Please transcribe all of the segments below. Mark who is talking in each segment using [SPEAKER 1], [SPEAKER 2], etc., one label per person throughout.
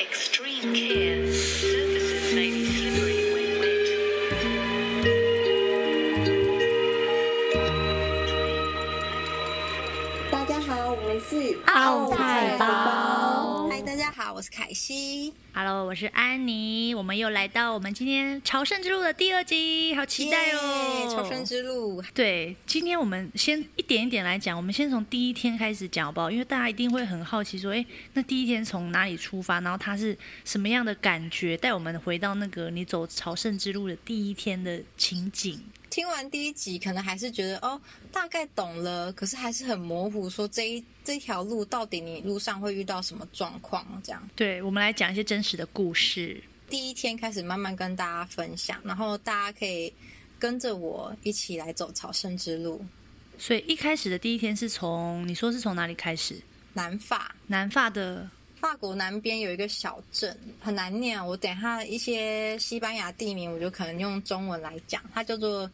[SPEAKER 1] extreme care, surfaces may be slippery when wet.
[SPEAKER 2] Hello，大家好，我们是
[SPEAKER 3] 奥菜包
[SPEAKER 2] 嗨，大家好，我是凯西。
[SPEAKER 3] Hello，我是安妮，我们又来到我们今天朝圣之路的第二集，好期待哦！
[SPEAKER 2] 耶朝圣之路，
[SPEAKER 3] 对，今天我们先一点一点来讲，我们先从第一天开始讲好不好？因为大家一定会很好奇说，哎，那第一天从哪里出发？然后它是什么样的感觉？带我们回到那个你走朝圣之路的第一天的情景。
[SPEAKER 2] 听完第一集，可能还是觉得哦，大概懂了，可是还是很模糊，说这一这条路到底你路上会遇到什么状况？这样，
[SPEAKER 3] 对，我们来讲一些真实的故事。
[SPEAKER 2] 第一天开始慢慢跟大家分享，然后大家可以跟着我一起来走朝圣之路。
[SPEAKER 3] 所以一开始的第一天是从你说是从哪里开始？
[SPEAKER 2] 南法，
[SPEAKER 3] 南法的
[SPEAKER 2] 法国南边有一个小镇，很难念啊。我等一下一些西班牙地名，我就可能用中文来讲，它叫做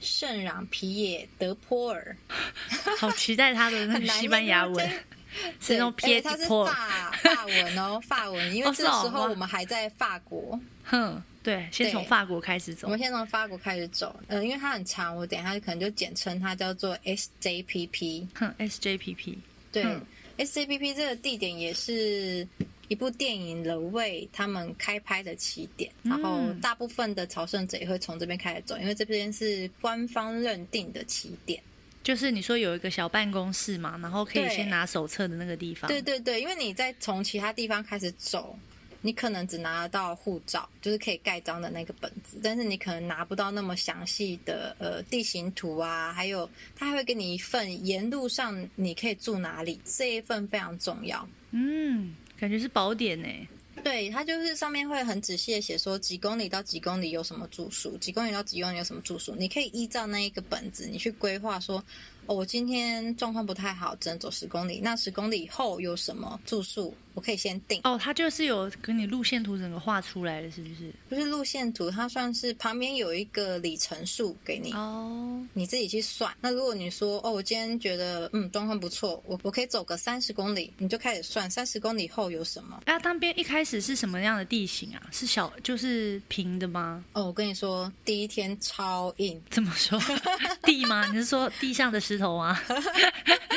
[SPEAKER 2] 圣朗皮耶德波尔，
[SPEAKER 3] 好期待他的那
[SPEAKER 2] 很
[SPEAKER 3] 个
[SPEAKER 2] 难
[SPEAKER 3] 西班牙文
[SPEAKER 2] 念，
[SPEAKER 3] 是那种
[SPEAKER 2] 对
[SPEAKER 3] Pied
[SPEAKER 2] 而且它是
[SPEAKER 3] Port
[SPEAKER 2] 法法 文哦，法文，因为
[SPEAKER 3] 哦是
[SPEAKER 2] 这个
[SPEAKER 3] 哦
[SPEAKER 2] 时候
[SPEAKER 3] 哇
[SPEAKER 2] 我们还在法国，
[SPEAKER 3] 哼，对，先从
[SPEAKER 2] 对
[SPEAKER 3] 法国开始
[SPEAKER 2] 我
[SPEAKER 3] 走
[SPEAKER 2] 们。先从法国开始走，呃，因为它很长，我等一下可能就简称它叫做 SJPP。
[SPEAKER 3] 哼，SJPP，
[SPEAKER 2] 对、
[SPEAKER 3] 嗯
[SPEAKER 2] s j p p 这个地点也是一部电影《人为他们开拍的起点，
[SPEAKER 3] 嗯
[SPEAKER 2] 然后大部分的朝圣者也会从这边开始走，因为这边是官方认定的起点。
[SPEAKER 3] 就是你说有一个小办公室嘛，然后可以
[SPEAKER 2] 对
[SPEAKER 3] 先拿手册的那个地方。
[SPEAKER 2] 对对对，因为你在从其他地方开始走。你可能只拿得到护照，就是可以盖章的那个本子，但是你可能拿不到那么详细的呃地形图啊，还有他还会给你一份沿路上你可以住哪里，这一份非常重要。
[SPEAKER 3] 嗯，感觉是宝典欸呢。
[SPEAKER 2] 对，它就是上面会很仔细的写说几公里到几公里有什么住宿，几公里到几公里有什么住宿，你可以依照那一个本子，你去规划说，哦，我今天状况不太好，只能走十公里，那十公里后有什么住宿，我可以先定。
[SPEAKER 3] 哦，它就是有给你路线图整个画出来了，是不是？
[SPEAKER 2] 不是路线图，它算是旁边有一个里程数给你。
[SPEAKER 3] 哦，
[SPEAKER 2] 你自己去算。那如果你说哦，我今天觉得嗯状况不错，我我可以走个三十公里，你就开始算三十公里后有什么。
[SPEAKER 3] 那啊当边一开始是什么样的地形啊？是小就是平的吗？
[SPEAKER 2] 哦，我跟你说，第一天超硬，
[SPEAKER 3] 怎么说？ 地吗？你是说地上的石头吗？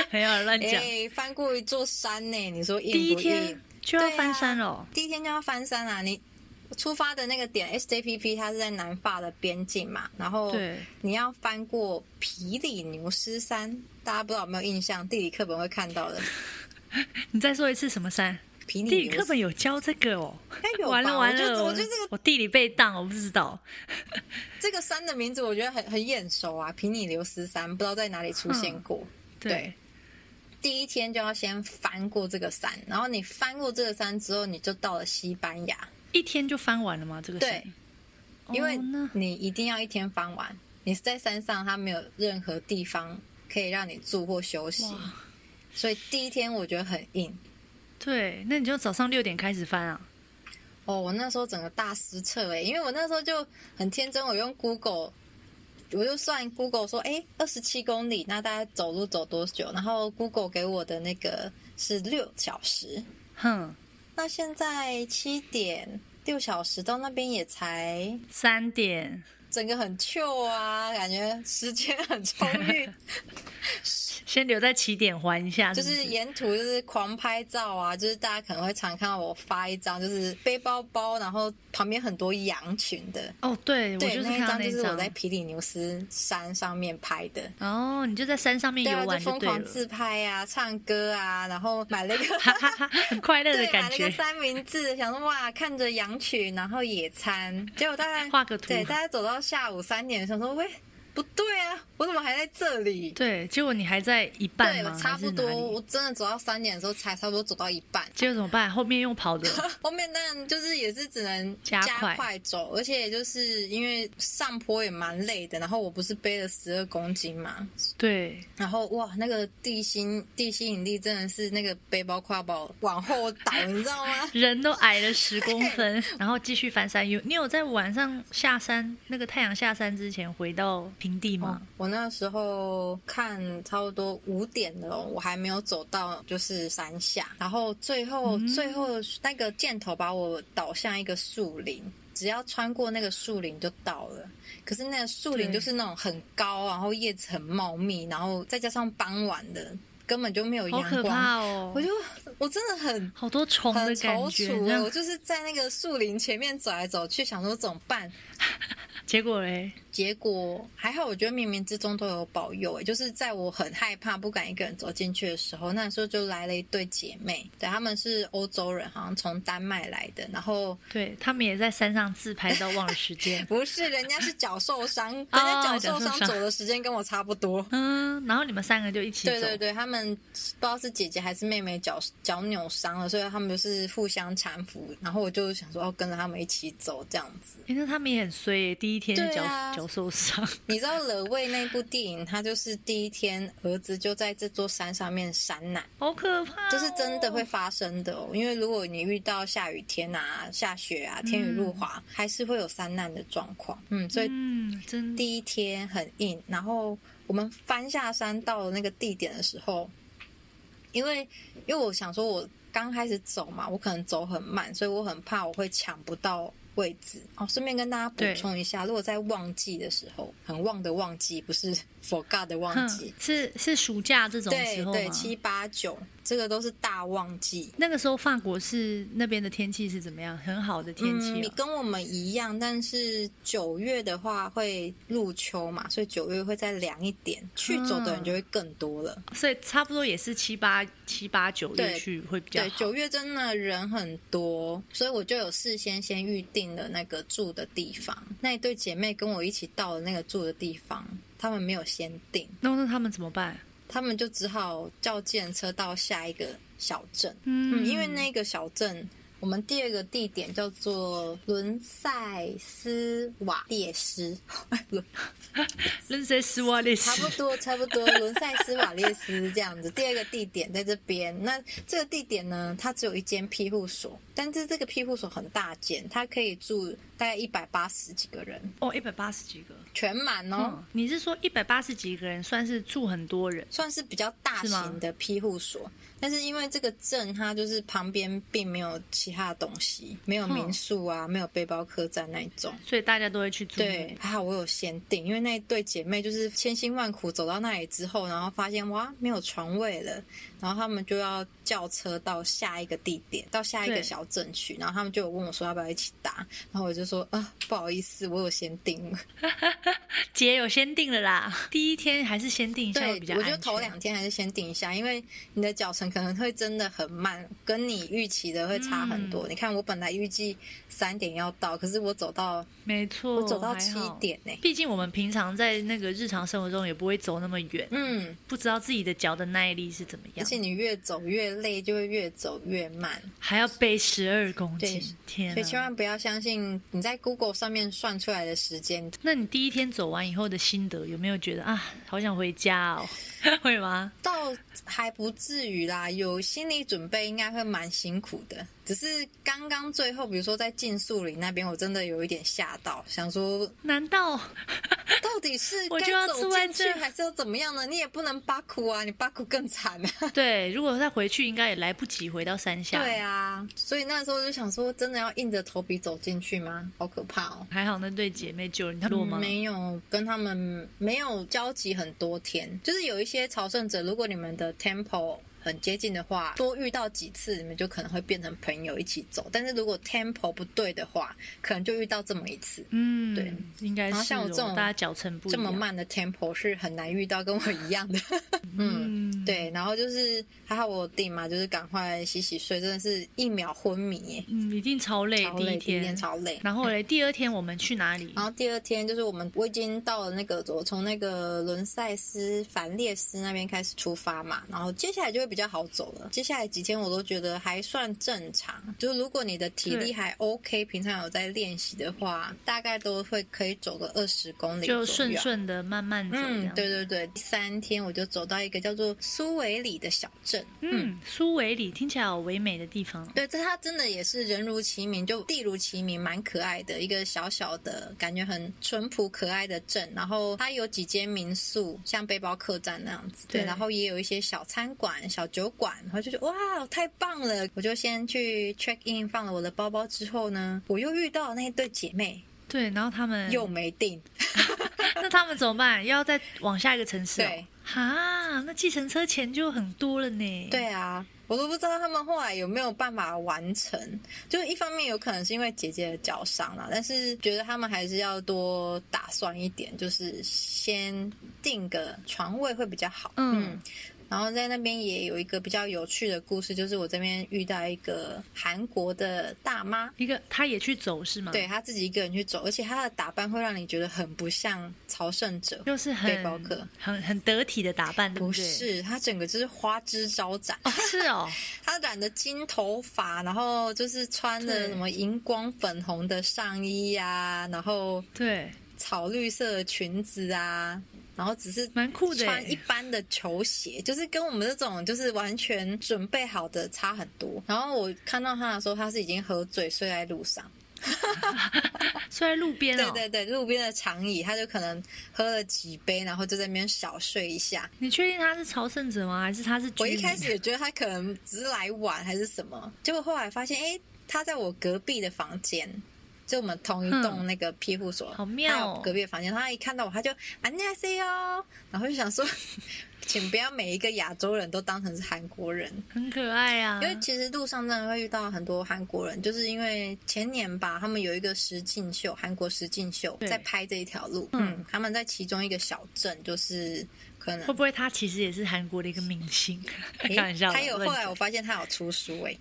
[SPEAKER 3] 没有啊乱
[SPEAKER 2] 哎、
[SPEAKER 3] 讲。
[SPEAKER 2] 翻过一座山呢，你说硬不
[SPEAKER 3] 第
[SPEAKER 2] 硬？
[SPEAKER 3] 一天就要
[SPEAKER 2] 对啊
[SPEAKER 3] 翻山了哦。
[SPEAKER 2] 第一天就要翻山啊！你出发的那个点 SJPP 它是在南法的边境嘛，然后
[SPEAKER 3] 对
[SPEAKER 2] 你要翻过皮里牛斯山，大家不知道有没有印象？地理课本会看到的啊
[SPEAKER 3] 你再说一次什么山？
[SPEAKER 2] 皮
[SPEAKER 3] 地
[SPEAKER 2] 里
[SPEAKER 3] 理
[SPEAKER 2] 牛
[SPEAKER 3] 课
[SPEAKER 2] 斯。
[SPEAKER 3] 本有教这个哦，
[SPEAKER 2] 该有吧
[SPEAKER 3] 完了
[SPEAKER 2] 我
[SPEAKER 3] 完
[SPEAKER 2] 觉得
[SPEAKER 3] 了，
[SPEAKER 2] 我觉得这个
[SPEAKER 3] 我地理被当，我不知道。
[SPEAKER 2] 这个山的名字我觉得很很眼熟啊，皮里牛斯山，不知道在哪里出现过。对
[SPEAKER 3] 对，
[SPEAKER 2] 第一天就要先翻过这个山，然后你翻过这个山之后，你就到了西班牙。
[SPEAKER 3] 一天就翻完了吗？这个
[SPEAKER 2] 对
[SPEAKER 3] 山，
[SPEAKER 2] 因为
[SPEAKER 3] 哦那
[SPEAKER 2] 你一定要一天翻完。你是在山上，它没有任何地方可以让你住或休息，
[SPEAKER 3] 哇
[SPEAKER 2] 所以第一天我觉得很硬。
[SPEAKER 3] 对，那你就早上六点开始翻啊。
[SPEAKER 2] 哦，我那时候整个大失策哎，因为我那时候就很天真，我用 Google，我就算 Google 说，哎，二十七公里，那大概走路走多久？然后 Google 给我的那个是六小时，
[SPEAKER 3] 哼，
[SPEAKER 2] 那现在七点六小时到那边也才
[SPEAKER 3] 三点，
[SPEAKER 2] 整个很 chill 啊，感觉时间很充裕，
[SPEAKER 3] 先留在起点还一下，
[SPEAKER 2] 就是
[SPEAKER 3] 不
[SPEAKER 2] 是
[SPEAKER 3] 是
[SPEAKER 2] 沿途就是狂拍照啊，就是大家可能会常看到我发一张，就是背包包，然后旁边很多羊群的。
[SPEAKER 3] 哦，对我
[SPEAKER 2] 对，
[SPEAKER 3] 就是
[SPEAKER 2] 那一
[SPEAKER 3] 看到
[SPEAKER 2] 张就是我
[SPEAKER 3] 张
[SPEAKER 2] 在。皮里牛斯山上面拍的。
[SPEAKER 3] 哦，你就在山上面
[SPEAKER 2] 对啊，
[SPEAKER 3] 游
[SPEAKER 2] 就
[SPEAKER 3] 玩
[SPEAKER 2] 疯
[SPEAKER 3] 对
[SPEAKER 2] 狂
[SPEAKER 3] 了，
[SPEAKER 2] 自拍啊，唱歌啊，然后买了一个
[SPEAKER 3] 哈哈，很快乐的
[SPEAKER 2] 对，买
[SPEAKER 3] 感
[SPEAKER 2] 了一个
[SPEAKER 3] 觉。
[SPEAKER 2] 三明治，想说哇，看着羊群，然后野餐，结果大概
[SPEAKER 3] 画个图
[SPEAKER 2] 对，大概走到下午三点，想说喂，不对啊，我怎么还在这里？
[SPEAKER 3] 对，结果你还在一半
[SPEAKER 2] 对，
[SPEAKER 3] 吗？
[SPEAKER 2] 我差不多
[SPEAKER 3] 还是，哪里
[SPEAKER 2] 我真的走到三点的时候才差不多走到一半，
[SPEAKER 3] 结果怎么办？后面用跑的，
[SPEAKER 2] 后面当然就是也是只能
[SPEAKER 3] 加快
[SPEAKER 2] 走，而且就是因为上坡也蛮累的，然后我不是背了十二公斤嘛，
[SPEAKER 3] 对，
[SPEAKER 2] 然后哇，那个地心地吸引力真的是那个背包快要把我往后倒，你知 道吗？
[SPEAKER 3] 人都矮了十公 分，然后继续翻山。有你有在晚上下山，那个太阳下山之前回到平地吗？
[SPEAKER 2] 我那时候看差不多五点了，我还没有走到就是山下，然后最后、
[SPEAKER 3] 嗯
[SPEAKER 2] 最后那个箭头把我导向一个树林，只要穿过那个树林就到了。可是那个树林
[SPEAKER 3] 对
[SPEAKER 2] 就是那种很高，然后叶子很茂密，然后再加上傍晚的，根本就没有
[SPEAKER 3] 好
[SPEAKER 2] 阳
[SPEAKER 3] 可
[SPEAKER 2] 光。
[SPEAKER 3] 怕哦！
[SPEAKER 2] 我就我真的很
[SPEAKER 3] 好多虫
[SPEAKER 2] 很
[SPEAKER 3] 的感
[SPEAKER 2] 踌
[SPEAKER 3] 觉，
[SPEAKER 2] 躇
[SPEAKER 3] 这
[SPEAKER 2] 欸，
[SPEAKER 3] 样
[SPEAKER 2] 我就是在那个树林前面走来走去，想说怎么办？
[SPEAKER 3] 结果嘞，
[SPEAKER 2] 结果还好，我觉得冥冥之中都有保佑。哎，就是在我很害怕、不敢一个人走进去的时候，那时候就来了一对姐妹，对，她们是欧洲人，好像从丹麦来的。然后
[SPEAKER 3] 对他们也在山上自拍到忘了时 间。
[SPEAKER 2] 不是，人家是脚受伤，人家脚受
[SPEAKER 3] 哦脚
[SPEAKER 2] 伤
[SPEAKER 3] 受伤
[SPEAKER 2] 走的时间跟我差不多。
[SPEAKER 3] 嗯，然后你们三个就一起走，
[SPEAKER 2] 对对对，他们不知道是姐姐还是妹妹脚脚扭伤了，所以他们就是互相搀扶。然后我就想说，要哦跟着他们一起走这样子。
[SPEAKER 3] 诶那他们也很衰耶，第一天就
[SPEAKER 2] 对
[SPEAKER 3] 脚
[SPEAKER 2] 啊
[SPEAKER 3] 脚受伤，
[SPEAKER 2] 你知道《惹味》那部电影，它就是第一天儿子就在这座山上面闪奶。
[SPEAKER 3] 好可怕哦！
[SPEAKER 2] 这是真的会发生的哦，因为如果你遇到下雨天啊、下雪啊、天雨路滑，还是会有山难的状况。嗯，所以
[SPEAKER 3] 嗯，真
[SPEAKER 2] 第一天很硬，然后我们翻下山到了那个地点的时候，因为因为我想说，我刚开始走嘛，我可能走很慢，所以我很怕我会抢不到位置。哦，顺便跟大家补
[SPEAKER 3] 对
[SPEAKER 2] 充一下，如果在旺季的时候，很旺的旺季，不是 forgot 的旺
[SPEAKER 3] 哼
[SPEAKER 2] 季。
[SPEAKER 3] 是是暑假这种
[SPEAKER 2] 对
[SPEAKER 3] 时候
[SPEAKER 2] 对，
[SPEAKER 3] 吗
[SPEAKER 2] 七八九这个都是大旺季，
[SPEAKER 3] 那个时候法国是那边的天气是怎么样？很好的天气、
[SPEAKER 2] 嗯，你
[SPEAKER 3] 哦
[SPEAKER 2] 跟我们一样，但是九月的话会入秋嘛，所以九月会再凉一点，去走的人就会更多了。
[SPEAKER 3] 所以差不多也是七八七八九月
[SPEAKER 2] 对
[SPEAKER 3] 去会比较
[SPEAKER 2] 对，
[SPEAKER 3] 好。
[SPEAKER 2] 九月真的人很多，所以我就有事先先预定了那个住的地方。那一对姐妹跟我一起到了那个住的地方，她们没有先定，
[SPEAKER 3] 那那他们怎么办？
[SPEAKER 2] 她们就只好叫计程车到下一个小镇。
[SPEAKER 3] 嗯
[SPEAKER 2] 嗯，因为那个小镇，我们第二个地点叫做伦塞斯瓦列斯， 伦
[SPEAKER 3] 认识斯瓦列
[SPEAKER 2] 差不
[SPEAKER 3] 斯，
[SPEAKER 2] 多差不多伦塞斯瓦列斯这样子。第二个地点在这边，那这个地点呢，它只有一间庇护所，但是这个庇护所很大间，它可以住大概一百八十几个人，
[SPEAKER 3] 哦，一百八十几个。
[SPEAKER 2] 全满哦。
[SPEAKER 3] 嗯，你是说一百八十几个人算是住很多人？
[SPEAKER 2] 算是比较大
[SPEAKER 3] 是吗
[SPEAKER 2] 型的庇护所，但是因为这个镇它就是旁边并没有其他的东西，没有
[SPEAKER 3] 嗯
[SPEAKER 2] 民宿啊，没有背包客栈那一种，
[SPEAKER 3] 所以大家都会去住。
[SPEAKER 2] 对，，还好我有先订，因为那一对姐妹就是千辛万苦走到那里之后，然后发现哇没有床位了，然后他们就要叫车到下一个地点，到下一个
[SPEAKER 3] 对
[SPEAKER 2] 小镇去，然后他们就有问我说要不要一起搭，然后我就说啊、不好意思，我有先订，
[SPEAKER 3] 姐有先定了啦，第一天还是先定一下
[SPEAKER 2] 对
[SPEAKER 3] 会比较，安
[SPEAKER 2] 我
[SPEAKER 3] 全。
[SPEAKER 2] 觉得头两天还是先定一下，因为你的脚程可能会真的很慢，跟你预期的会差很
[SPEAKER 3] 嗯
[SPEAKER 2] 多。你看我本来预计三点要到，可是我走到
[SPEAKER 3] 没错，
[SPEAKER 2] 我走到
[SPEAKER 3] 哦还
[SPEAKER 2] 七
[SPEAKER 3] 好。
[SPEAKER 2] 点欸呢、
[SPEAKER 3] 毕竟我们平常在那个日常生活中也不会走那么远，
[SPEAKER 2] 嗯，
[SPEAKER 3] 不知道自己的脚的耐力是怎么
[SPEAKER 2] 而
[SPEAKER 3] 样
[SPEAKER 2] 且，你越走越累，就会越走越慢。
[SPEAKER 3] 还要背十二公斤
[SPEAKER 2] 对，
[SPEAKER 3] 天
[SPEAKER 2] 所以千
[SPEAKER 3] 啊！
[SPEAKER 2] 万不要相信你在 Google 上面算出来的时间。
[SPEAKER 3] 那你第一天走完以后的心得有没有觉得啊，好想回家哦？ 会吗？
[SPEAKER 2] 倒还不至于啦，有心理准备应该会蛮辛苦的。只是刚刚最后，比如说在禁树林那边，我真的有一点吓到，想说
[SPEAKER 3] 难 道
[SPEAKER 2] 到底是
[SPEAKER 3] 我
[SPEAKER 2] 该
[SPEAKER 3] 就要
[SPEAKER 2] 走
[SPEAKER 3] 住在
[SPEAKER 2] 进去
[SPEAKER 3] 这
[SPEAKER 2] 还是要怎么样呢？你也不能巴苦啊，你巴苦更惨啊。
[SPEAKER 3] 对？如果再回去，应该也来不及回到山下。
[SPEAKER 2] 对啊，所以那时候就想说，真的要硬着头皮走进去吗？好可怕哦！
[SPEAKER 3] 还好那对姐妹救了你，她落吗？
[SPEAKER 2] 嗯没有跟他们没有交集很多天，就是有一些朝圣者，如果你们的 tempo 很接近的话，多遇到几次，你们就可能会变成朋友一起走。但是如果 tempo 不对的话，可能就遇到这么一次。
[SPEAKER 3] 嗯，
[SPEAKER 2] 对，
[SPEAKER 3] 应该
[SPEAKER 2] 然后
[SPEAKER 3] 是
[SPEAKER 2] 像我
[SPEAKER 3] 哦
[SPEAKER 2] 这种
[SPEAKER 3] 大家脚程不一
[SPEAKER 2] 这
[SPEAKER 3] 样
[SPEAKER 2] 么，慢的 tempo 是很难遇到跟我一样的。
[SPEAKER 3] 嗯，
[SPEAKER 2] 对，然后就是还好我有订嘛，就是赶快洗洗睡，真的是一秒昏迷耶，
[SPEAKER 3] 嗯，一定超累，
[SPEAKER 2] 超
[SPEAKER 3] 第
[SPEAKER 2] 累，
[SPEAKER 3] 一
[SPEAKER 2] 第一天
[SPEAKER 3] 天。
[SPEAKER 2] 超累。哦
[SPEAKER 3] 然后嘞，第二天我们去哪里？
[SPEAKER 2] 然后第二天就是我们我已经到了那个我从那个伦塞斯凡列斯那边开始出发嘛，然后接下来就会比比较好走了。接下来几天我都觉得还算正常，就是如果你的体力
[SPEAKER 3] 对
[SPEAKER 2] 还 OK，平常有在练习的话，大概都会可以走个二十公里左
[SPEAKER 3] 就
[SPEAKER 2] 右。
[SPEAKER 3] 顺顺的慢慢走这
[SPEAKER 2] 嗯，
[SPEAKER 3] 样。
[SPEAKER 2] 对对对，第三天我就走到一个叫做苏维里的小镇，嗯，
[SPEAKER 3] 嗯，苏维里听起来好唯美的地方哦。
[SPEAKER 2] 对，这它真的也是人如其名，就地如其名，蛮可爱的一个小小的感觉，很淳朴可爱的镇。然后它有几间民宿，像背包客栈那样子，对，
[SPEAKER 3] 对
[SPEAKER 2] 然后也有一些小餐馆、小酒馆。然后就觉得哇，太棒了！我就先去 check in，放了我的包包之后呢，我又遇到那一对姐妹，
[SPEAKER 3] 对，然后他们
[SPEAKER 2] 又没定。
[SPEAKER 3] 那他们怎么办？要再往下一个城市、哦？
[SPEAKER 2] 对，
[SPEAKER 3] 哈，那计程车钱就很多了呢。，
[SPEAKER 2] 对啊，我都不知道他们后来有没有办法完成。就是一方面有可能是因为姐姐的脚伤啦，但是觉得他们还是要多打算一点，就是先定个床位会比较好。
[SPEAKER 3] 嗯
[SPEAKER 2] 然后在那边也有一个比较有趣的故事，就是我这边遇到一个韩国的大妈，
[SPEAKER 3] 一个他也去走是吗？
[SPEAKER 2] 对，她自己一个人去走，而且她的打扮会让你觉得很不像朝圣者，
[SPEAKER 3] 又是
[SPEAKER 2] 背包客
[SPEAKER 3] 很很很得体的打嗯扮，对
[SPEAKER 2] 不
[SPEAKER 3] 对？
[SPEAKER 2] 是，她整个就是花枝招展。
[SPEAKER 3] 哦，是哦，
[SPEAKER 2] 她染的金头发，然后就是穿的
[SPEAKER 3] 对
[SPEAKER 2] 什么荧光粉红的上衣呀、然后
[SPEAKER 3] 对，
[SPEAKER 2] 草绿色的裙子啊，然后只是
[SPEAKER 3] 蛮酷的耶
[SPEAKER 2] 穿一般的球鞋，就是跟我们这种就是完全准备好的差很多。然后我看到她的时候，她是已经喝醉睡在路上，
[SPEAKER 3] 睡在路边
[SPEAKER 2] 对
[SPEAKER 3] 哦。
[SPEAKER 2] 对对，路边的长椅，她就可能喝了几杯，然后就在那边小睡一下。
[SPEAKER 3] 你确定他是朝圣者吗？还是他是居
[SPEAKER 2] 我
[SPEAKER 3] 民？
[SPEAKER 2] 一开始也觉得他可能只是来玩还是什么，结果后来发现，哎、他在我隔壁的房间，就我们同一栋
[SPEAKER 3] 哼
[SPEAKER 2] 那个庇护所，
[SPEAKER 3] 好妙哦
[SPEAKER 2] 他有隔壁的房间，他一看到我，他就안녕하세요，然哦后就想说， 请不要每一个亚洲人都当成是韩国人，
[SPEAKER 3] 很可爱啊，
[SPEAKER 2] 因为其实路上真的会遇到很多韩国人，就是因为前年吧，他们有一个实境秀，韩国实境秀
[SPEAKER 3] 对
[SPEAKER 2] 在拍这一条路，
[SPEAKER 3] 嗯
[SPEAKER 2] 嗯，他们在其中一个小镇，就是可能
[SPEAKER 3] 会不会他其实也是韩国的一个明星？
[SPEAKER 2] 诶
[SPEAKER 3] 开玩笑的，
[SPEAKER 2] 他有
[SPEAKER 3] 乱
[SPEAKER 2] 后来
[SPEAKER 3] 讲
[SPEAKER 2] 我发现他有出书哎、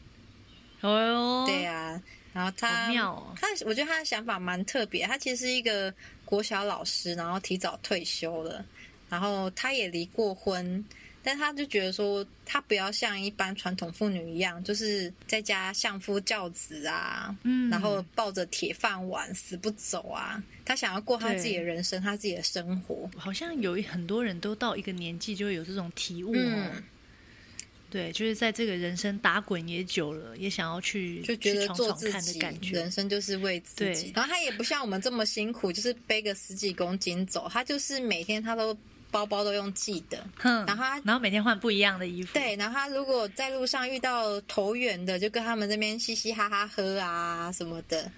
[SPEAKER 3] 哎呦，
[SPEAKER 2] 对啊，然后他
[SPEAKER 3] 好妙哦
[SPEAKER 2] 他我觉得他的想法蛮特别，他其实是一个国小老师，然后提早退休了，然后他也离过婚。但他就觉得说，他不要像一般传统妇女一样，就是在家相夫教子啊，
[SPEAKER 3] 嗯
[SPEAKER 2] 然后抱着铁饭碗死不走啊。他想要过他
[SPEAKER 3] 对
[SPEAKER 2] 自己的人生，他自己的生活。
[SPEAKER 3] 好像有一很多人都到一个年纪就会有这种体悟哦。
[SPEAKER 2] 嗯
[SPEAKER 3] 对，就是在这个人生打滚也久了，也想要去
[SPEAKER 2] 就觉
[SPEAKER 3] 去
[SPEAKER 2] 得
[SPEAKER 3] 闯
[SPEAKER 2] 做
[SPEAKER 3] 闯
[SPEAKER 2] 自
[SPEAKER 3] 看的
[SPEAKER 2] 己，
[SPEAKER 3] 感觉
[SPEAKER 2] 人。生就是为自己
[SPEAKER 3] 对。
[SPEAKER 2] 然后他也不像我们这么辛苦，就是背个十几公斤走，他就是每天他都包包都用寄的。
[SPEAKER 3] 哼，
[SPEAKER 2] 然后他
[SPEAKER 3] 然后每天换不一样的衣服。，
[SPEAKER 2] 对，然后他如果在路上遇到投缘的，就跟他们这边嘻嘻哈哈喝啊什么的，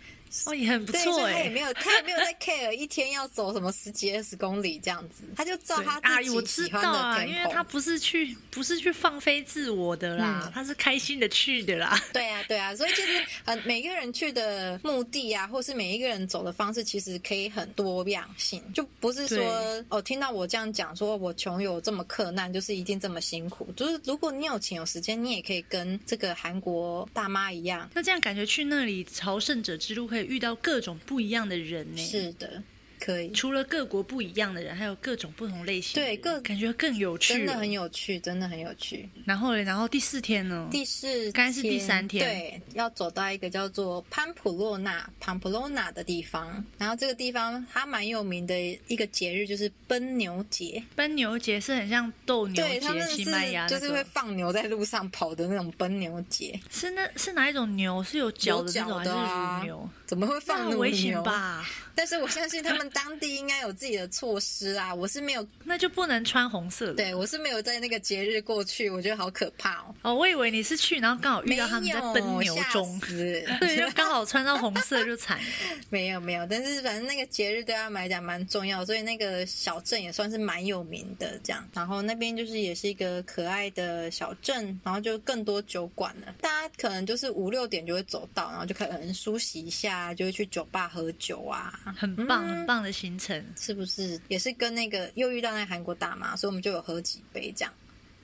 [SPEAKER 3] 哦，也很不
[SPEAKER 2] 对，所
[SPEAKER 3] 错
[SPEAKER 2] 以他也
[SPEAKER 3] 哎
[SPEAKER 2] 没。有，他也没有在 care 一天要走什么十几二十公里这样子，他就照
[SPEAKER 3] 对
[SPEAKER 2] 他
[SPEAKER 3] 啊
[SPEAKER 2] 自，
[SPEAKER 3] 我
[SPEAKER 2] 己
[SPEAKER 3] 知
[SPEAKER 2] 喜欢
[SPEAKER 3] 道
[SPEAKER 2] 的
[SPEAKER 3] 啊，因
[SPEAKER 2] tempo。
[SPEAKER 3] 为他不是去不是去放飞自我的啦，
[SPEAKER 2] 嗯
[SPEAKER 3] 他是开心的去的啦。
[SPEAKER 2] 对啊，对啊，所以其实呃，每个人去的目的啊，或是每一个人走的方式，其实可以很多样性，就不是说
[SPEAKER 3] 对
[SPEAKER 2] 哦，听到我这样讲，说我穷游这么克难，就是一定这么辛苦。就是如果你有钱有时间，你也可以跟这个韩国大妈一样。
[SPEAKER 3] 那这样感觉去那里朝圣者之路可以遇到各种不一样的人呢。
[SPEAKER 2] 是的，可以，
[SPEAKER 3] 除了各国不一样的人，还有各种不同类型的
[SPEAKER 2] 对
[SPEAKER 3] 人，
[SPEAKER 2] 各
[SPEAKER 3] 感觉更有趣了，哦
[SPEAKER 2] 真的很有趣，真的很有趣。
[SPEAKER 3] 然后嘞，然后第四天呢？
[SPEAKER 2] 第四，
[SPEAKER 3] 该是第三天
[SPEAKER 2] 对，要走到一个叫做潘普洛纳 （Pamplona） 的地方，然后这个地方它蛮有名的一个节日就是奔牛节。
[SPEAKER 3] 奔牛节是很像斗牛
[SPEAKER 2] 对，他
[SPEAKER 3] 节
[SPEAKER 2] 们，
[SPEAKER 3] 西班牙
[SPEAKER 2] 是
[SPEAKER 3] 那
[SPEAKER 2] 就是会
[SPEAKER 3] 个，
[SPEAKER 2] 放牛在路上跑的那种奔牛 节，
[SPEAKER 3] 是那是哪一种牛？是有脚的那种
[SPEAKER 2] 有脚
[SPEAKER 3] 还
[SPEAKER 2] 的啊
[SPEAKER 3] 是乳牛？
[SPEAKER 2] 怎么会
[SPEAKER 3] 那
[SPEAKER 2] 放
[SPEAKER 3] 很
[SPEAKER 2] 乳
[SPEAKER 3] 危险
[SPEAKER 2] 牛？
[SPEAKER 3] 吧？
[SPEAKER 2] 但是我相信他们当地应该有自己的措施啊，我是没有，
[SPEAKER 3] 那就不能穿红色的。
[SPEAKER 2] 对我是没有在那个节日过去，我觉得好可怕哦。
[SPEAKER 3] 哦，我以为你是去，然后刚好遇
[SPEAKER 2] 没
[SPEAKER 3] 到
[SPEAKER 2] 有，
[SPEAKER 3] 他们在奔牛
[SPEAKER 2] 吓
[SPEAKER 3] 中，
[SPEAKER 2] 死
[SPEAKER 3] 对，就刚好穿到红色就惨 了。
[SPEAKER 2] 没有没有，但是反正那个节日对他们来讲蛮重要，所以那个小镇也算是蛮有名的这样。然后那边就是也是一个可爱的小镇，然后就更多酒馆了。大家可能就是五六点就会走到，然后就可能梳洗一下，就会去酒吧喝酒啊。
[SPEAKER 3] 很棒，很棒的行程。
[SPEAKER 2] 是不是也是跟那个又遇到那个韩国大妈，所以我们就有喝几杯这样。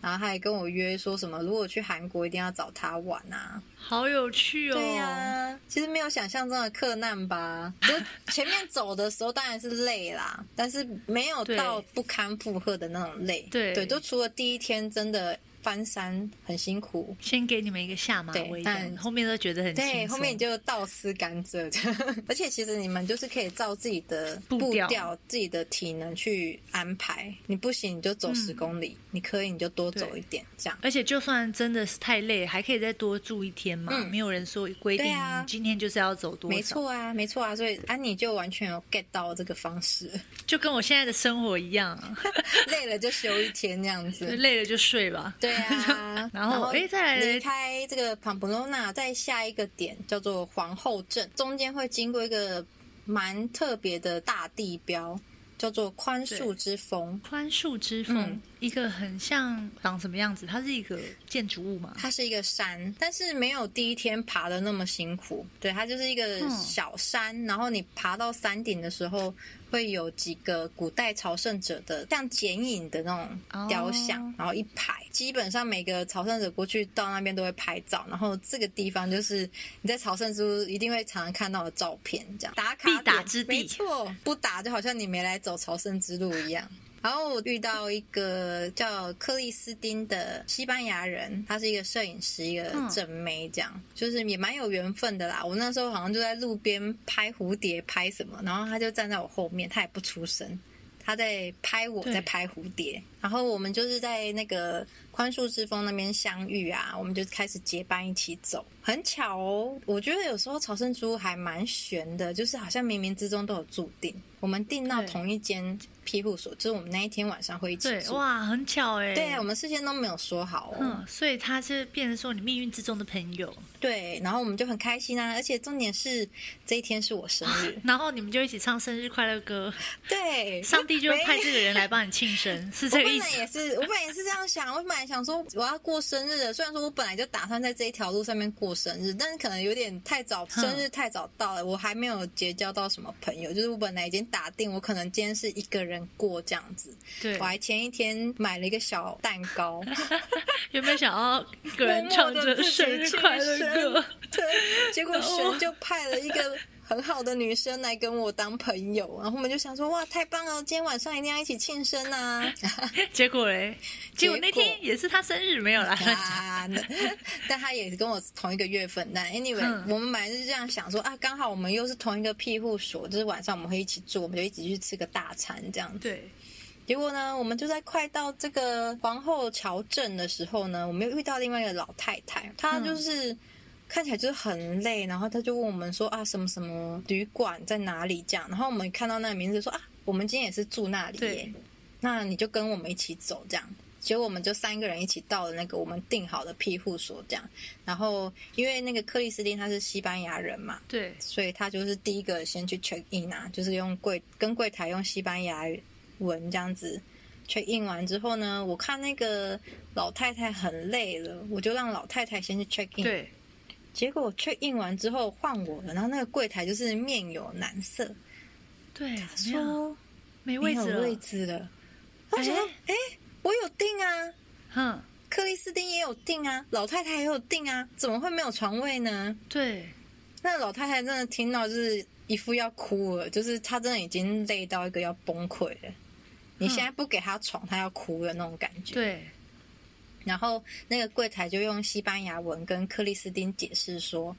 [SPEAKER 2] 然后他还跟我约说什么，如果去韩国一定要找他玩啊，
[SPEAKER 3] 好有趣哦！
[SPEAKER 2] 对呀、其实没有想象中的克难 吧？就前面走的时候当然是累啦，但是没有到
[SPEAKER 3] 对
[SPEAKER 2] 不堪负荷的那种累。
[SPEAKER 3] 对
[SPEAKER 2] 对，就除了第一天真的翻山很辛苦，
[SPEAKER 3] 先给你们一个下马
[SPEAKER 2] 对
[SPEAKER 3] 威，
[SPEAKER 2] 但
[SPEAKER 3] 后面都觉得很
[SPEAKER 2] 对，
[SPEAKER 3] 轻
[SPEAKER 2] 后
[SPEAKER 3] 松。
[SPEAKER 2] 面你就倒吃甘蔗这样。 而且其实你们就是可以照自己的
[SPEAKER 3] 步
[SPEAKER 2] 步
[SPEAKER 3] 调
[SPEAKER 2] 调、自己的体能去安排。你不行你就走十公里，你可以你就多走
[SPEAKER 3] 嗯对
[SPEAKER 2] 一点这样。
[SPEAKER 3] 而且就算真的是太累，还可以再多住一天嘛。
[SPEAKER 2] 嗯
[SPEAKER 3] 没有人说规定
[SPEAKER 2] 对啊
[SPEAKER 3] 今天就是要走多少，
[SPEAKER 2] 没错啊，没错啊，所以安妮就完全有 get 到这个方式，
[SPEAKER 3] 就跟我现在的生活一样、啊，
[SPEAKER 2] 累了就休一天这样
[SPEAKER 3] 就
[SPEAKER 2] 子。
[SPEAKER 3] 累了就睡吧。，
[SPEAKER 2] 对啊
[SPEAKER 3] 然后诶再来
[SPEAKER 2] 离开这个庞普罗纳，在下一个点叫做皇后镇，中间会经过一个蛮特别的大地标，叫做宽恕之峰。
[SPEAKER 3] 宽恕之峰，
[SPEAKER 2] 嗯
[SPEAKER 3] 一个很像长什么样子？它是一个建筑物嘛？
[SPEAKER 2] 它是一个山，但是没有第一天爬的那么辛苦。对，它就是一个
[SPEAKER 3] 嗯
[SPEAKER 2] 小山，然后你爬到山顶的时候，会有几个古代朝圣者的像剪影的那种雕像，
[SPEAKER 3] 哦
[SPEAKER 2] 然后一排，基本上每个朝圣者过去到那边都会拍照。然后这个地方就是你在朝圣之路一定会常常看到的照片，这样打卡
[SPEAKER 3] 必打
[SPEAKER 2] 点
[SPEAKER 3] 之地
[SPEAKER 2] 没错，不打就好像你没来走朝圣之路一样。然后我遇到一个叫克里斯汀的西班牙人，他是一个摄影师，一
[SPEAKER 3] 嗯
[SPEAKER 2] 个正妹，这样、就是也蛮有缘分的啦。我那时候好像就在路边拍蝴蝶，拍什么，然后他就站在我后面，他也不出声，他在拍我，
[SPEAKER 3] 对
[SPEAKER 2] 在拍蝴蝶。然后我们就是在那个宽恕之峰那边相遇啊，我们就开始结伴一起走。很巧哦，我觉得有时候朝圣之路还蛮悬的，就是好像冥冥之中都有注定。我们订到
[SPEAKER 3] 对
[SPEAKER 2] 同一间庇护所，就是我们那一天晚上会一起
[SPEAKER 3] 对，
[SPEAKER 2] 住。
[SPEAKER 3] 哇，很巧哎、
[SPEAKER 2] 对，啊我们事先都没有说好哦。
[SPEAKER 3] 嗯，所以他是变成说你命运之中的朋友，
[SPEAKER 2] 对，然后我们就很开心啊，而且重点是这一天是我生
[SPEAKER 3] 。
[SPEAKER 2] 日
[SPEAKER 3] 然后你们就一起唱生日快乐歌，
[SPEAKER 2] 对，
[SPEAKER 3] 上帝就会
[SPEAKER 2] 没
[SPEAKER 3] 派这个人来帮你庆生，是
[SPEAKER 2] 我
[SPEAKER 3] 这个
[SPEAKER 2] 本
[SPEAKER 3] 意
[SPEAKER 2] 来
[SPEAKER 3] 思
[SPEAKER 2] 也。是，我本来也是这样想，我本来想说我要过生日的，虽然说我本来就打算在这一条路上面过生日，但是可能有点太早，
[SPEAKER 3] 嗯
[SPEAKER 2] 生日太早到了，我还没有结交到什么朋友，就是我本来已经打定，我可能今天是一个人过这样子，
[SPEAKER 3] 对
[SPEAKER 2] 我，还前一天买了一个小蛋糕，
[SPEAKER 3] 有没有想要一个人唱
[SPEAKER 2] 默默
[SPEAKER 3] 着
[SPEAKER 2] 地自己
[SPEAKER 3] 生日快乐歌？
[SPEAKER 2] 对，结果
[SPEAKER 3] 然后
[SPEAKER 2] 神就派了一个很好的女生来跟我当朋友，然后我们就想说哇，太棒了，今天晚上一定要一起庆生啊！
[SPEAKER 3] 结果嘞，结果那天也是他生日，没有啦。
[SPEAKER 2] 啊，那 但他也跟我同一个月份。但 anyway，、
[SPEAKER 3] 嗯
[SPEAKER 2] 我们本来就是这样想说啊，刚好我们又是同一个庇护所，就是晚上我们会一起住，我们就一起去吃个大餐这样子。
[SPEAKER 3] 对，
[SPEAKER 2] 结果呢，我们就在快到这个皇后桥镇的时候呢，我们又遇到另外一个老太太，她就是。看起来就是很累，然后她就问我们说啊，什么什么旅馆在哪里这样，然后我们看到那个名字说啊，我们今天也是住那里耶
[SPEAKER 3] 对，
[SPEAKER 2] 那你就跟我们一起走这样。结果我们就三个人一起到了那个我们订好的庇护所这样，然后因为那个克里斯汀他是西班牙人嘛，
[SPEAKER 3] 对，
[SPEAKER 2] 所以他就是第一个先去 check in 啊，就是用柜跟柜台用西班牙文这样子 check in 完之后呢，我看那个老太太很累了，我就让老太太先去 check in。，
[SPEAKER 3] 对，
[SPEAKER 2] 结果我 check in 完之后换我了，然后那个柜台就是面有难色，
[SPEAKER 3] 对，怎么样？
[SPEAKER 2] 说
[SPEAKER 3] 没
[SPEAKER 2] 没
[SPEAKER 3] 位
[SPEAKER 2] 有
[SPEAKER 3] 置了
[SPEAKER 2] 位。置了。我想说，哎、我有订啊，
[SPEAKER 3] 嗯，
[SPEAKER 2] 克里斯汀也有订啊，老太太也有订啊，怎么会没有床位呢？
[SPEAKER 3] 对，
[SPEAKER 2] 那老太太真的听到就是一副要哭了，就是她真的已经累到一个要崩溃了。你现在不给她床，她要哭的那种感觉。。
[SPEAKER 3] 对，
[SPEAKER 2] 然后那个柜台就用西班牙文跟克里斯汀解释说，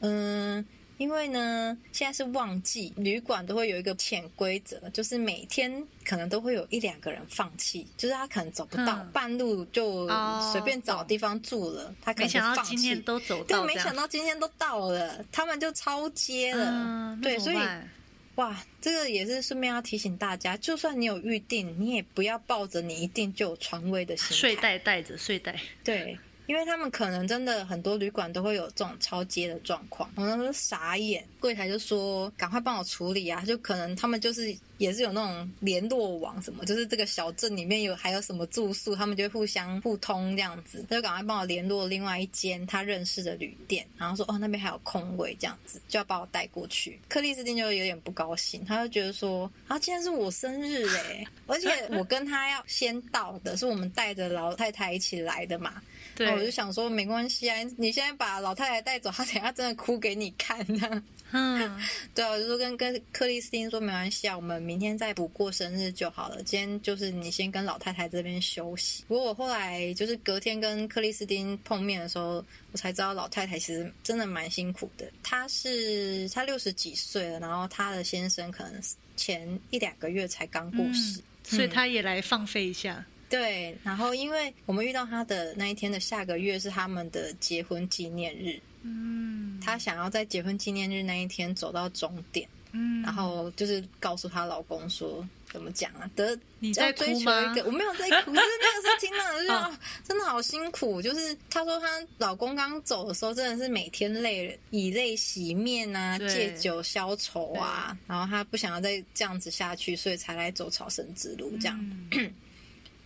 [SPEAKER 2] 嗯。因为呢，现在是旺季，旅馆都会有一个潜规则，就是每天可能都会有一两个人放弃，就是他可能走不到，
[SPEAKER 3] 嗯
[SPEAKER 2] 半路就
[SPEAKER 3] 哦
[SPEAKER 2] 随便找地方住了，他可
[SPEAKER 3] 没
[SPEAKER 2] 能就
[SPEAKER 3] 想到
[SPEAKER 2] 放
[SPEAKER 3] 今
[SPEAKER 2] 弃
[SPEAKER 3] 天都走到，
[SPEAKER 2] 对
[SPEAKER 3] 这样，
[SPEAKER 2] 没想到今天都到了，他们就超接了。
[SPEAKER 3] 嗯，那
[SPEAKER 2] 对，
[SPEAKER 3] 怎
[SPEAKER 2] 所
[SPEAKER 3] 么
[SPEAKER 2] 以
[SPEAKER 3] 办
[SPEAKER 2] 哇，这个也是顺便要提醒大家，就算你有预定，你也不要抱着你一定就有床位的心态。
[SPEAKER 3] 睡袋带着睡袋，
[SPEAKER 2] 对，因为他们可能真的很多旅馆都会有这种超接的状况，我那时候傻眼，柜台就说赶快帮我处理啊，就可能他们就是也是有那种联络网什么，就是这个小镇里面有还有什么住宿，他们就会互相互通这样子，他就赶快帮我联络另外一间他认识的旅店，然后说哦那边还有空位这样子，就要把我带过去。克里斯汀就有点不高兴，他就觉得说啊今天是我生日哎、而且我跟他要先到的，是我们带着老太太一起来的嘛，
[SPEAKER 3] 对，
[SPEAKER 2] 哦那我就想说没关系啊，你现在把老太太带走，她等一下真的哭给你看这样。
[SPEAKER 3] 嗯，
[SPEAKER 2] 对啊，我就说跟跟克里斯汀说没关系啊，我们明天再补过生日就好了。今天就是你先跟老太太这边休息。不过我后来就是隔天跟克里斯汀碰面的时候，我才知道老太太其实真的蛮辛苦的。她是她六十几岁了，然后她的先生可能前一两个月才刚过世。
[SPEAKER 3] 嗯所以他也来放飞一下。
[SPEAKER 2] 对，然后因为我们遇到他的那一天的下个月是他们的结婚纪念日，
[SPEAKER 3] 嗯
[SPEAKER 2] 她想要在结婚纪念日那一天走到终点，
[SPEAKER 3] 嗯，
[SPEAKER 2] 然后就是告诉她老公说。怎么讲啊？得
[SPEAKER 3] 你
[SPEAKER 2] 要
[SPEAKER 3] 在哭
[SPEAKER 2] 追求
[SPEAKER 3] 吗
[SPEAKER 2] 一个，我没有在哭，就是那个时候听到就是
[SPEAKER 3] 哦
[SPEAKER 2] 啊，真的好辛苦。就是她说她老公刚走的时候，真的是每天累，以泪洗面啊，
[SPEAKER 3] 对
[SPEAKER 2] 借酒消愁啊，然后她不想要再这样子下去，所以才来走朝圣之路这样。
[SPEAKER 3] 嗯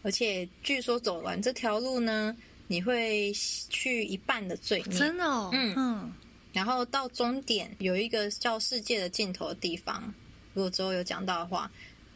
[SPEAKER 2] 而且据说走完这条路呢，你会去一半的罪孽，
[SPEAKER 3] 真的哦，
[SPEAKER 2] 嗯
[SPEAKER 3] 嗯
[SPEAKER 2] 然后到终点有一个叫世界的尽头的地方，如果之后有讲到的话，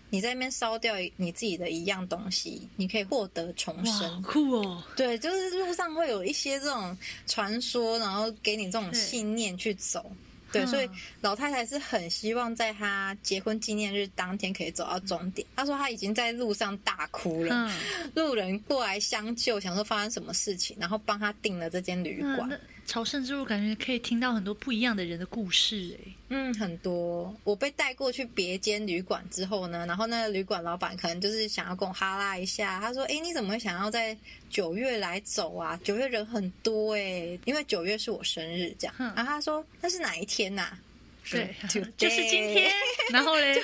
[SPEAKER 2] 你在那边烧掉你自己的一样东西，你可以获得重
[SPEAKER 3] 哇，好
[SPEAKER 2] 生。
[SPEAKER 3] 酷哦，
[SPEAKER 2] 对，就是路上会有一些这种传说，然后给你这种
[SPEAKER 3] 对
[SPEAKER 2] 信念去走。对，
[SPEAKER 3] 嗯
[SPEAKER 2] 所以老太太是很希望在她结婚纪念日当天可以走到终点。她说她已经在路上大哭了，
[SPEAKER 3] 嗯，
[SPEAKER 2] 路人过来相救，想说发生什么事情，然后帮她订了这间旅
[SPEAKER 3] 那
[SPEAKER 2] 馆。
[SPEAKER 3] 那朝圣之路感觉可以听到很多不一样的人的故事哎，
[SPEAKER 2] 嗯，很多。我被带过去别间旅馆之后呢，然后那个旅馆老板可能就是想要跟我哈拉一下，他说：“哎，你怎么会想要在九月来走啊？九月人很多哎、因为九月是我生日这样。
[SPEAKER 3] 嗯
[SPEAKER 2] 然后他说：“那是哪一天呐、，
[SPEAKER 3] 对
[SPEAKER 2] Today
[SPEAKER 3] 就是今天， 然后嘞，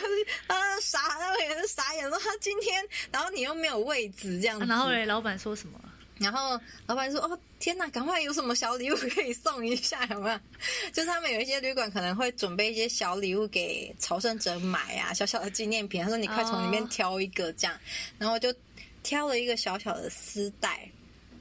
[SPEAKER 2] 啊，傻，那个人傻眼说他今天，然后你又没有位置这样子。
[SPEAKER 3] 啊然后嘞，老板说什么？
[SPEAKER 2] 然后老板说：“哦，天哪，赶快有什么小礼物可以送一下， 有没有？就是他们有一些旅馆可能会准备一些小礼物给朝圣者买啊，小小的纪念品。他说你快从里面挑一个这样，然后我就挑了一个小小的丝带，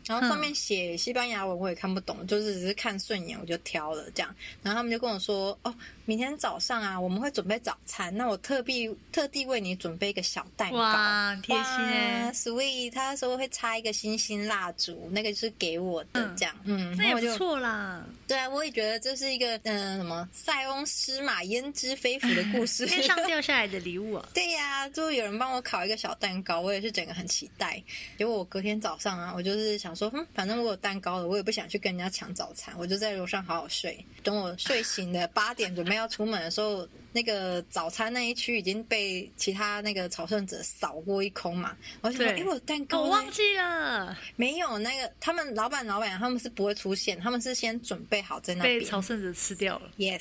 [SPEAKER 2] 然后上面写西班牙文我也看不懂，就是只是看顺眼我就挑了这样。然后他们就跟我说：哦，明天早上啊，我们会准备早餐，那我特地特地为你准备一个小蛋糕。”
[SPEAKER 3] 哇，贴心哎，
[SPEAKER 2] s w e e t 他说会插一个星星蜡烛，那个就是给我的
[SPEAKER 3] 嗯
[SPEAKER 2] 这样，嗯，
[SPEAKER 3] 那
[SPEAKER 2] 然后
[SPEAKER 3] 也
[SPEAKER 2] 我就
[SPEAKER 3] 不错 啦。
[SPEAKER 2] 对啊，我也觉得这是一个嗯、呃什么塞翁失马焉知非福的故 事。，
[SPEAKER 3] 天上掉下来的礼物啊
[SPEAKER 2] 对呀、就有人帮我烤一个小蛋糕，我也是整个很期待。结果我隔天早上啊，我就是想说，嗯，反正我有蛋糕了，我也不想去跟人家抢早餐，我就在楼上好好睡。等我睡 醒的八点准备要出门的时候，那个早餐那一区已经被其他那个朝圣者扫过一空嘛。我就想说，
[SPEAKER 3] 对
[SPEAKER 2] 哎、我有蛋糕
[SPEAKER 3] 我
[SPEAKER 2] 呢
[SPEAKER 3] 忘记了，
[SPEAKER 2] 没有那个，他们老板老板他们是不会出现，他们是先准备好在那
[SPEAKER 3] 被
[SPEAKER 2] 边。
[SPEAKER 3] 朝圣者吃掉了。
[SPEAKER 2] Yes，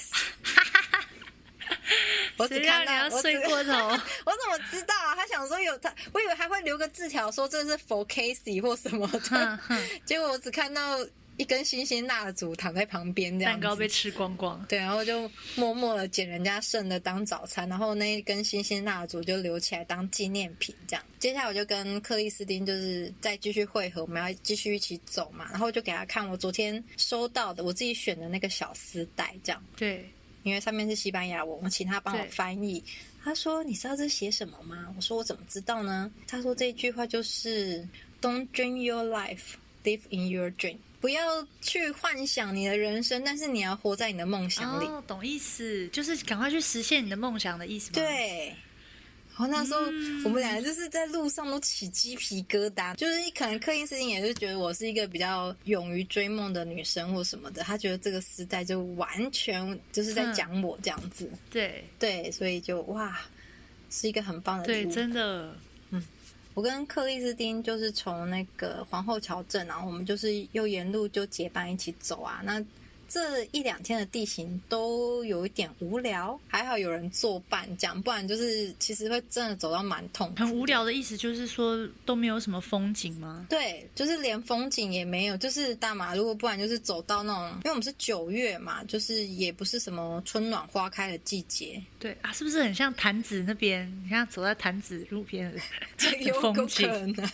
[SPEAKER 2] 我只
[SPEAKER 3] 谁
[SPEAKER 2] 看
[SPEAKER 3] 让你
[SPEAKER 2] 到
[SPEAKER 3] 要
[SPEAKER 2] 我只
[SPEAKER 3] 睡过头？
[SPEAKER 2] 我怎么知道啊？他想说有他，我以为他会留个字条说这是 for Casey 或什么
[SPEAKER 3] 哼
[SPEAKER 2] 的，
[SPEAKER 3] 哼
[SPEAKER 2] 结果我只看到一根星星蜡烛躺在旁边这样
[SPEAKER 3] 蛋
[SPEAKER 2] 子。
[SPEAKER 3] 糕被吃光 光。
[SPEAKER 2] 对，然后就默默的捡人家剩的当早餐，然后那一根星星蜡烛就留起来当纪念品，这样。接下来我就跟克里斯汀就是再继续会合，我们要继续一起走嘛，然后我就给他看我昨天收到的我自己选的那个小丝带，这样，
[SPEAKER 3] 对，
[SPEAKER 2] 因为上面是西班牙文，我请他帮我
[SPEAKER 3] 对
[SPEAKER 2] 翻译。他说：“你知道这写什么吗？”我说：“我怎么知道呢？”他说：“这句话就是 ‘Don't dream your life, live in your dream’，不要去幻想你的人生，但是你要活在你的梦想里。
[SPEAKER 3] 哦，懂意思，就是赶快去实现你的梦想的意思吗？，
[SPEAKER 2] 对。然后那时候
[SPEAKER 3] 嗯
[SPEAKER 2] 我们俩就是在路上都起鸡皮疙瘩，就是可能克林斯汀也是觉得我是一个比较勇于追梦的女生或什么的，他觉得这个时代就完全就
[SPEAKER 3] 嗯
[SPEAKER 2] 是在讲我这样子，
[SPEAKER 3] 对，
[SPEAKER 2] 对，所以就哇，是一个很棒的礼
[SPEAKER 3] 对，
[SPEAKER 2] 物。
[SPEAKER 3] 真的，
[SPEAKER 2] 我跟克里斯汀就是从那个皇后桥镇，然后我们就是又沿路就结伴一起走啊。那这一两天的地形都有一点无聊，还好有人作伴这样，不然就是其实会真的走到蛮痛苦。
[SPEAKER 3] 很无聊的意思就是说都没有什么风景吗？
[SPEAKER 2] 对，就是连风景也没有，就是大马路，不然就是走到那种，因为我们是九月嘛，就是也不是什么春暖花开的季节，
[SPEAKER 3] 对啊，是不是很像潭子那边？你看走在潭子路边的
[SPEAKER 2] 有
[SPEAKER 3] 风
[SPEAKER 2] 有
[SPEAKER 3] 景
[SPEAKER 2] 可，能，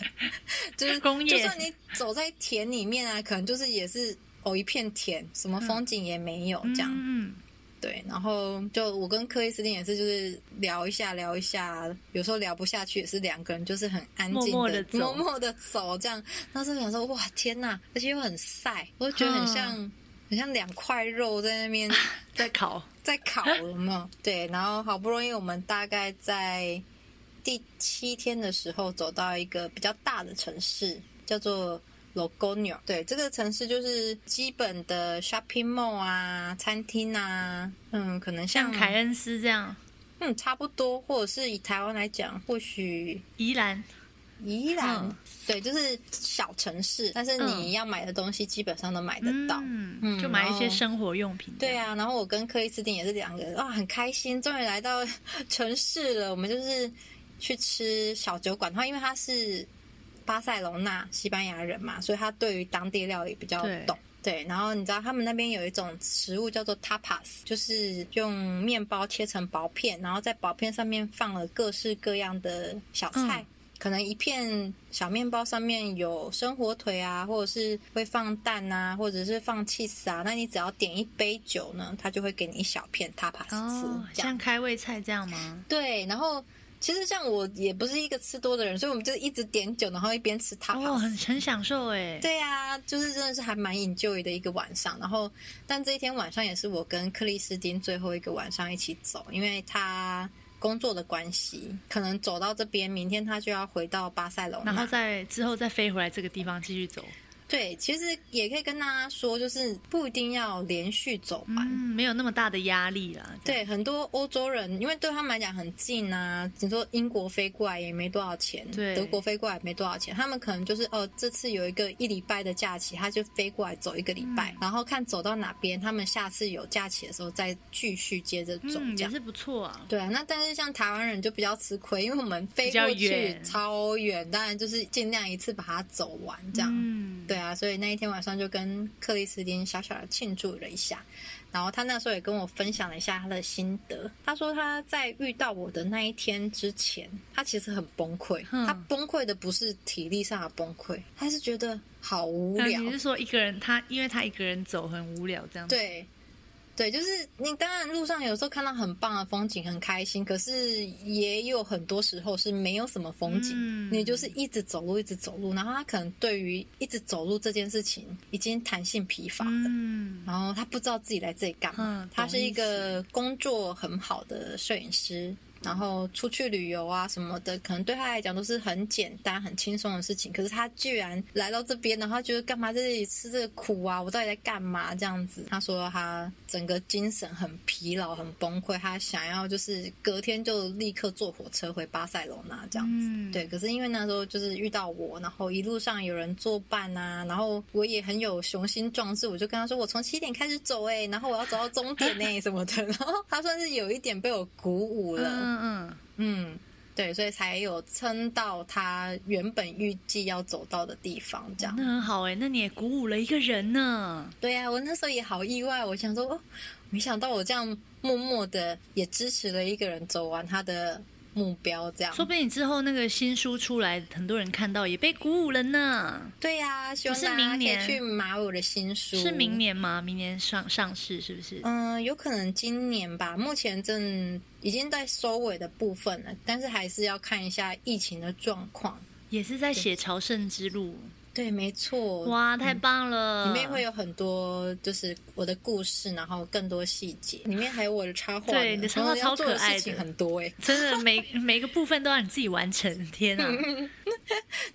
[SPEAKER 2] 就是
[SPEAKER 3] 工业
[SPEAKER 2] 就算你走在田里面啊，可能就是也是哦一片田，什么风景也没有这样。
[SPEAKER 3] 嗯，
[SPEAKER 2] 对，然后就我跟克里斯汀也是，就是聊一下聊一下，有时候聊不下去也是两个人就是很安静
[SPEAKER 3] 默默
[SPEAKER 2] 的
[SPEAKER 3] 地走
[SPEAKER 2] 默默的走这样。那时候想说哇天呐，而且又很晒，我就觉得很像、很很像两块肉在 那边
[SPEAKER 3] 在烤，
[SPEAKER 2] 在烤了嘛。 对，然后好不容易我们大概在第七天的时候走到一个比较大的城市，叫做 Logonio。对，这个城市就是基本的 shopping mall 啊、餐厅啊，嗯，可能像
[SPEAKER 3] 像凯恩斯这样，
[SPEAKER 2] 嗯差不多，或者是以台湾来讲，或许
[SPEAKER 3] 宜兰
[SPEAKER 2] 宜兰，
[SPEAKER 3] 嗯
[SPEAKER 2] 对，就是小城市，但是
[SPEAKER 3] 嗯
[SPEAKER 2] 你要买的东西基本上都买得到。
[SPEAKER 3] 嗯，就
[SPEAKER 2] 嗯
[SPEAKER 3] 买一些
[SPEAKER 2] 然后
[SPEAKER 3] 生活用品。
[SPEAKER 2] 对，啊，然后我跟克里斯汀也是两个人啊，很开心，终于来到 城市了。我们就是去吃小酒馆，然后因为他是巴塞隆纳西班牙人嘛，所以他对于当地料理比较
[SPEAKER 3] 对
[SPEAKER 2] 懂。对，然后你知道他们那边有一种食物叫做 tapas，就是用面包切成薄片，然后在薄片上面放了各式各样的小菜。
[SPEAKER 3] 嗯
[SPEAKER 2] 可能一片小面包上面有生火腿啊，或者是会放蛋啊，或者是放 cheese 啊。那你只要点一杯酒呢，他就会给你一小片 tapas 吃，
[SPEAKER 3] 哦，
[SPEAKER 2] 啊这样
[SPEAKER 3] 像开胃菜这样吗？
[SPEAKER 2] 对。然后其实像我也不是一个吃多的人，所以我们就一直点酒，然后一边吃 tapas。
[SPEAKER 3] 哦，很很享受哎。
[SPEAKER 2] 啊对啊，就是真的是还蛮 enjoy 的一个晚上。然后，但这一天晚上也是我跟克里斯汀最后一个晚上一起走，因为他工作的关系，可能走到这边，明天他就要回到巴塞隆
[SPEAKER 3] 然后
[SPEAKER 2] 纳。
[SPEAKER 3] 再之后再飞回来这个地方继续走，
[SPEAKER 2] 哎对，其实也可以跟大家说，就是不一定要连续走完。
[SPEAKER 3] 嗯，没有那么大的压力啦。这样，
[SPEAKER 2] 对，很多欧洲人，因为对他们来讲很近啊。你说英国飞过来也没多少钱，
[SPEAKER 3] 对
[SPEAKER 2] 德国飞过来也没多少钱，他们可能就是哦，这次有一个一礼拜的假期，他就飞过来走一个礼拜，
[SPEAKER 3] 嗯
[SPEAKER 2] 然后看走到哪边，他们下次有假期的时候再继续接着走，
[SPEAKER 3] 嗯，
[SPEAKER 2] 这
[SPEAKER 3] 也
[SPEAKER 2] 样。
[SPEAKER 3] 是不错啊。
[SPEAKER 2] 对啊，那但是像台湾人就比较吃亏，因为我们飞
[SPEAKER 3] 比较
[SPEAKER 2] 过去
[SPEAKER 3] 远
[SPEAKER 2] 超远，当然就是尽量一次把它走完这样。
[SPEAKER 3] 嗯，
[SPEAKER 2] 对啊，所以那一天晚上就跟克里斯汀小小的庆祝了一下，然后他那时候也跟我分享了一下他的心得。他说他在遇到我的那一天之前，他其实很崩溃。
[SPEAKER 3] 嗯
[SPEAKER 2] 他崩溃的不是体力上的崩溃，他是觉得好无
[SPEAKER 3] 那
[SPEAKER 2] 聊
[SPEAKER 3] 嗯你。是说一个人他，因为他一个人走很无聊这样？，
[SPEAKER 2] 对，对，就是你当然路上有时候看到很棒的风景，很开心，可是也有很多时候是没有什么风景，
[SPEAKER 3] 嗯
[SPEAKER 2] 你就是一直走路，一直走路，然后他可能对于一直走路这件事情已经弹性疲乏了。
[SPEAKER 3] 嗯，
[SPEAKER 2] 然后他不知道自己来这里干嘛。
[SPEAKER 3] 嗯
[SPEAKER 2] 他
[SPEAKER 3] 懂
[SPEAKER 2] 是
[SPEAKER 3] 意
[SPEAKER 2] 一个工作很好的摄影师，然后出去旅游啊什么的，可能对他来讲都是很简单、很轻松的事情。可是他居然来到这边，然后他觉得干嘛在这里吃这个苦啊？我到底在干嘛？这样子，他说他整个精神很疲劳、很崩溃，他想要就是隔天就立刻坐火车回巴塞罗那这样子。
[SPEAKER 3] 嗯
[SPEAKER 2] 对，可是因为那时候就是遇到我，然后一路上有人作伴啊，然后我也很有雄心壮志，我就跟他说我从七点开始走哎、然后我要走到终点哎、什么的， 然后他算是有一点被我鼓舞了，
[SPEAKER 3] 嗯嗯，
[SPEAKER 2] 嗯，对，所以才有撑到他原本预计要走到的地方这样
[SPEAKER 3] 那。很好哎，那你也鼓舞了一个人呢。
[SPEAKER 2] 对啊，我那时候也好意外，我想说哦，没想到我这样默默的也支持了一个人走完他的目标这样。
[SPEAKER 3] 说不定你之后那个新书出来，很多人看到也被鼓舞了呢。
[SPEAKER 2] 对呀、希望
[SPEAKER 3] 不是
[SPEAKER 2] 大家
[SPEAKER 3] 明
[SPEAKER 2] 可
[SPEAKER 3] 年
[SPEAKER 2] 以去买我的新书，
[SPEAKER 3] 是明。年吗？明年上上市是不是？
[SPEAKER 2] 嗯，有可能今年吧，目前正已经在收尾的部分了，但是还是要看一下疫情的状况。
[SPEAKER 3] 也是在写朝圣之路。
[SPEAKER 2] 对，没错，，
[SPEAKER 3] 哇，太棒了！
[SPEAKER 2] 嗯里面会有很多就是我的故事，然后更多细节，里面还有我的插画呢，
[SPEAKER 3] 对你的插画
[SPEAKER 2] 然后要
[SPEAKER 3] 超
[SPEAKER 2] 做的
[SPEAKER 3] 可爱的
[SPEAKER 2] 事情很多哎、
[SPEAKER 3] 真的每每个部分都让你自己完成，天 啊！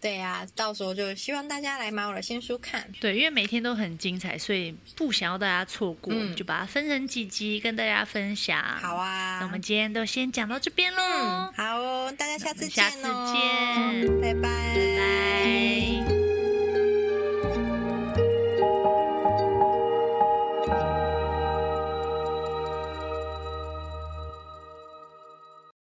[SPEAKER 2] 对呀、到时候就希望大家来买我的新书看。
[SPEAKER 3] 对，因为每天都很精彩，所以不想要大家错过，
[SPEAKER 2] 嗯
[SPEAKER 3] 就把它分成几集跟大家分享。
[SPEAKER 2] 好，啊，哦
[SPEAKER 3] 那我们今天都先讲到这边喽。
[SPEAKER 2] 嗯，好哦，大家下次
[SPEAKER 3] 下
[SPEAKER 2] 见
[SPEAKER 3] 次
[SPEAKER 2] 哦，
[SPEAKER 3] 见
[SPEAKER 2] 拜拜，拜
[SPEAKER 3] 拜。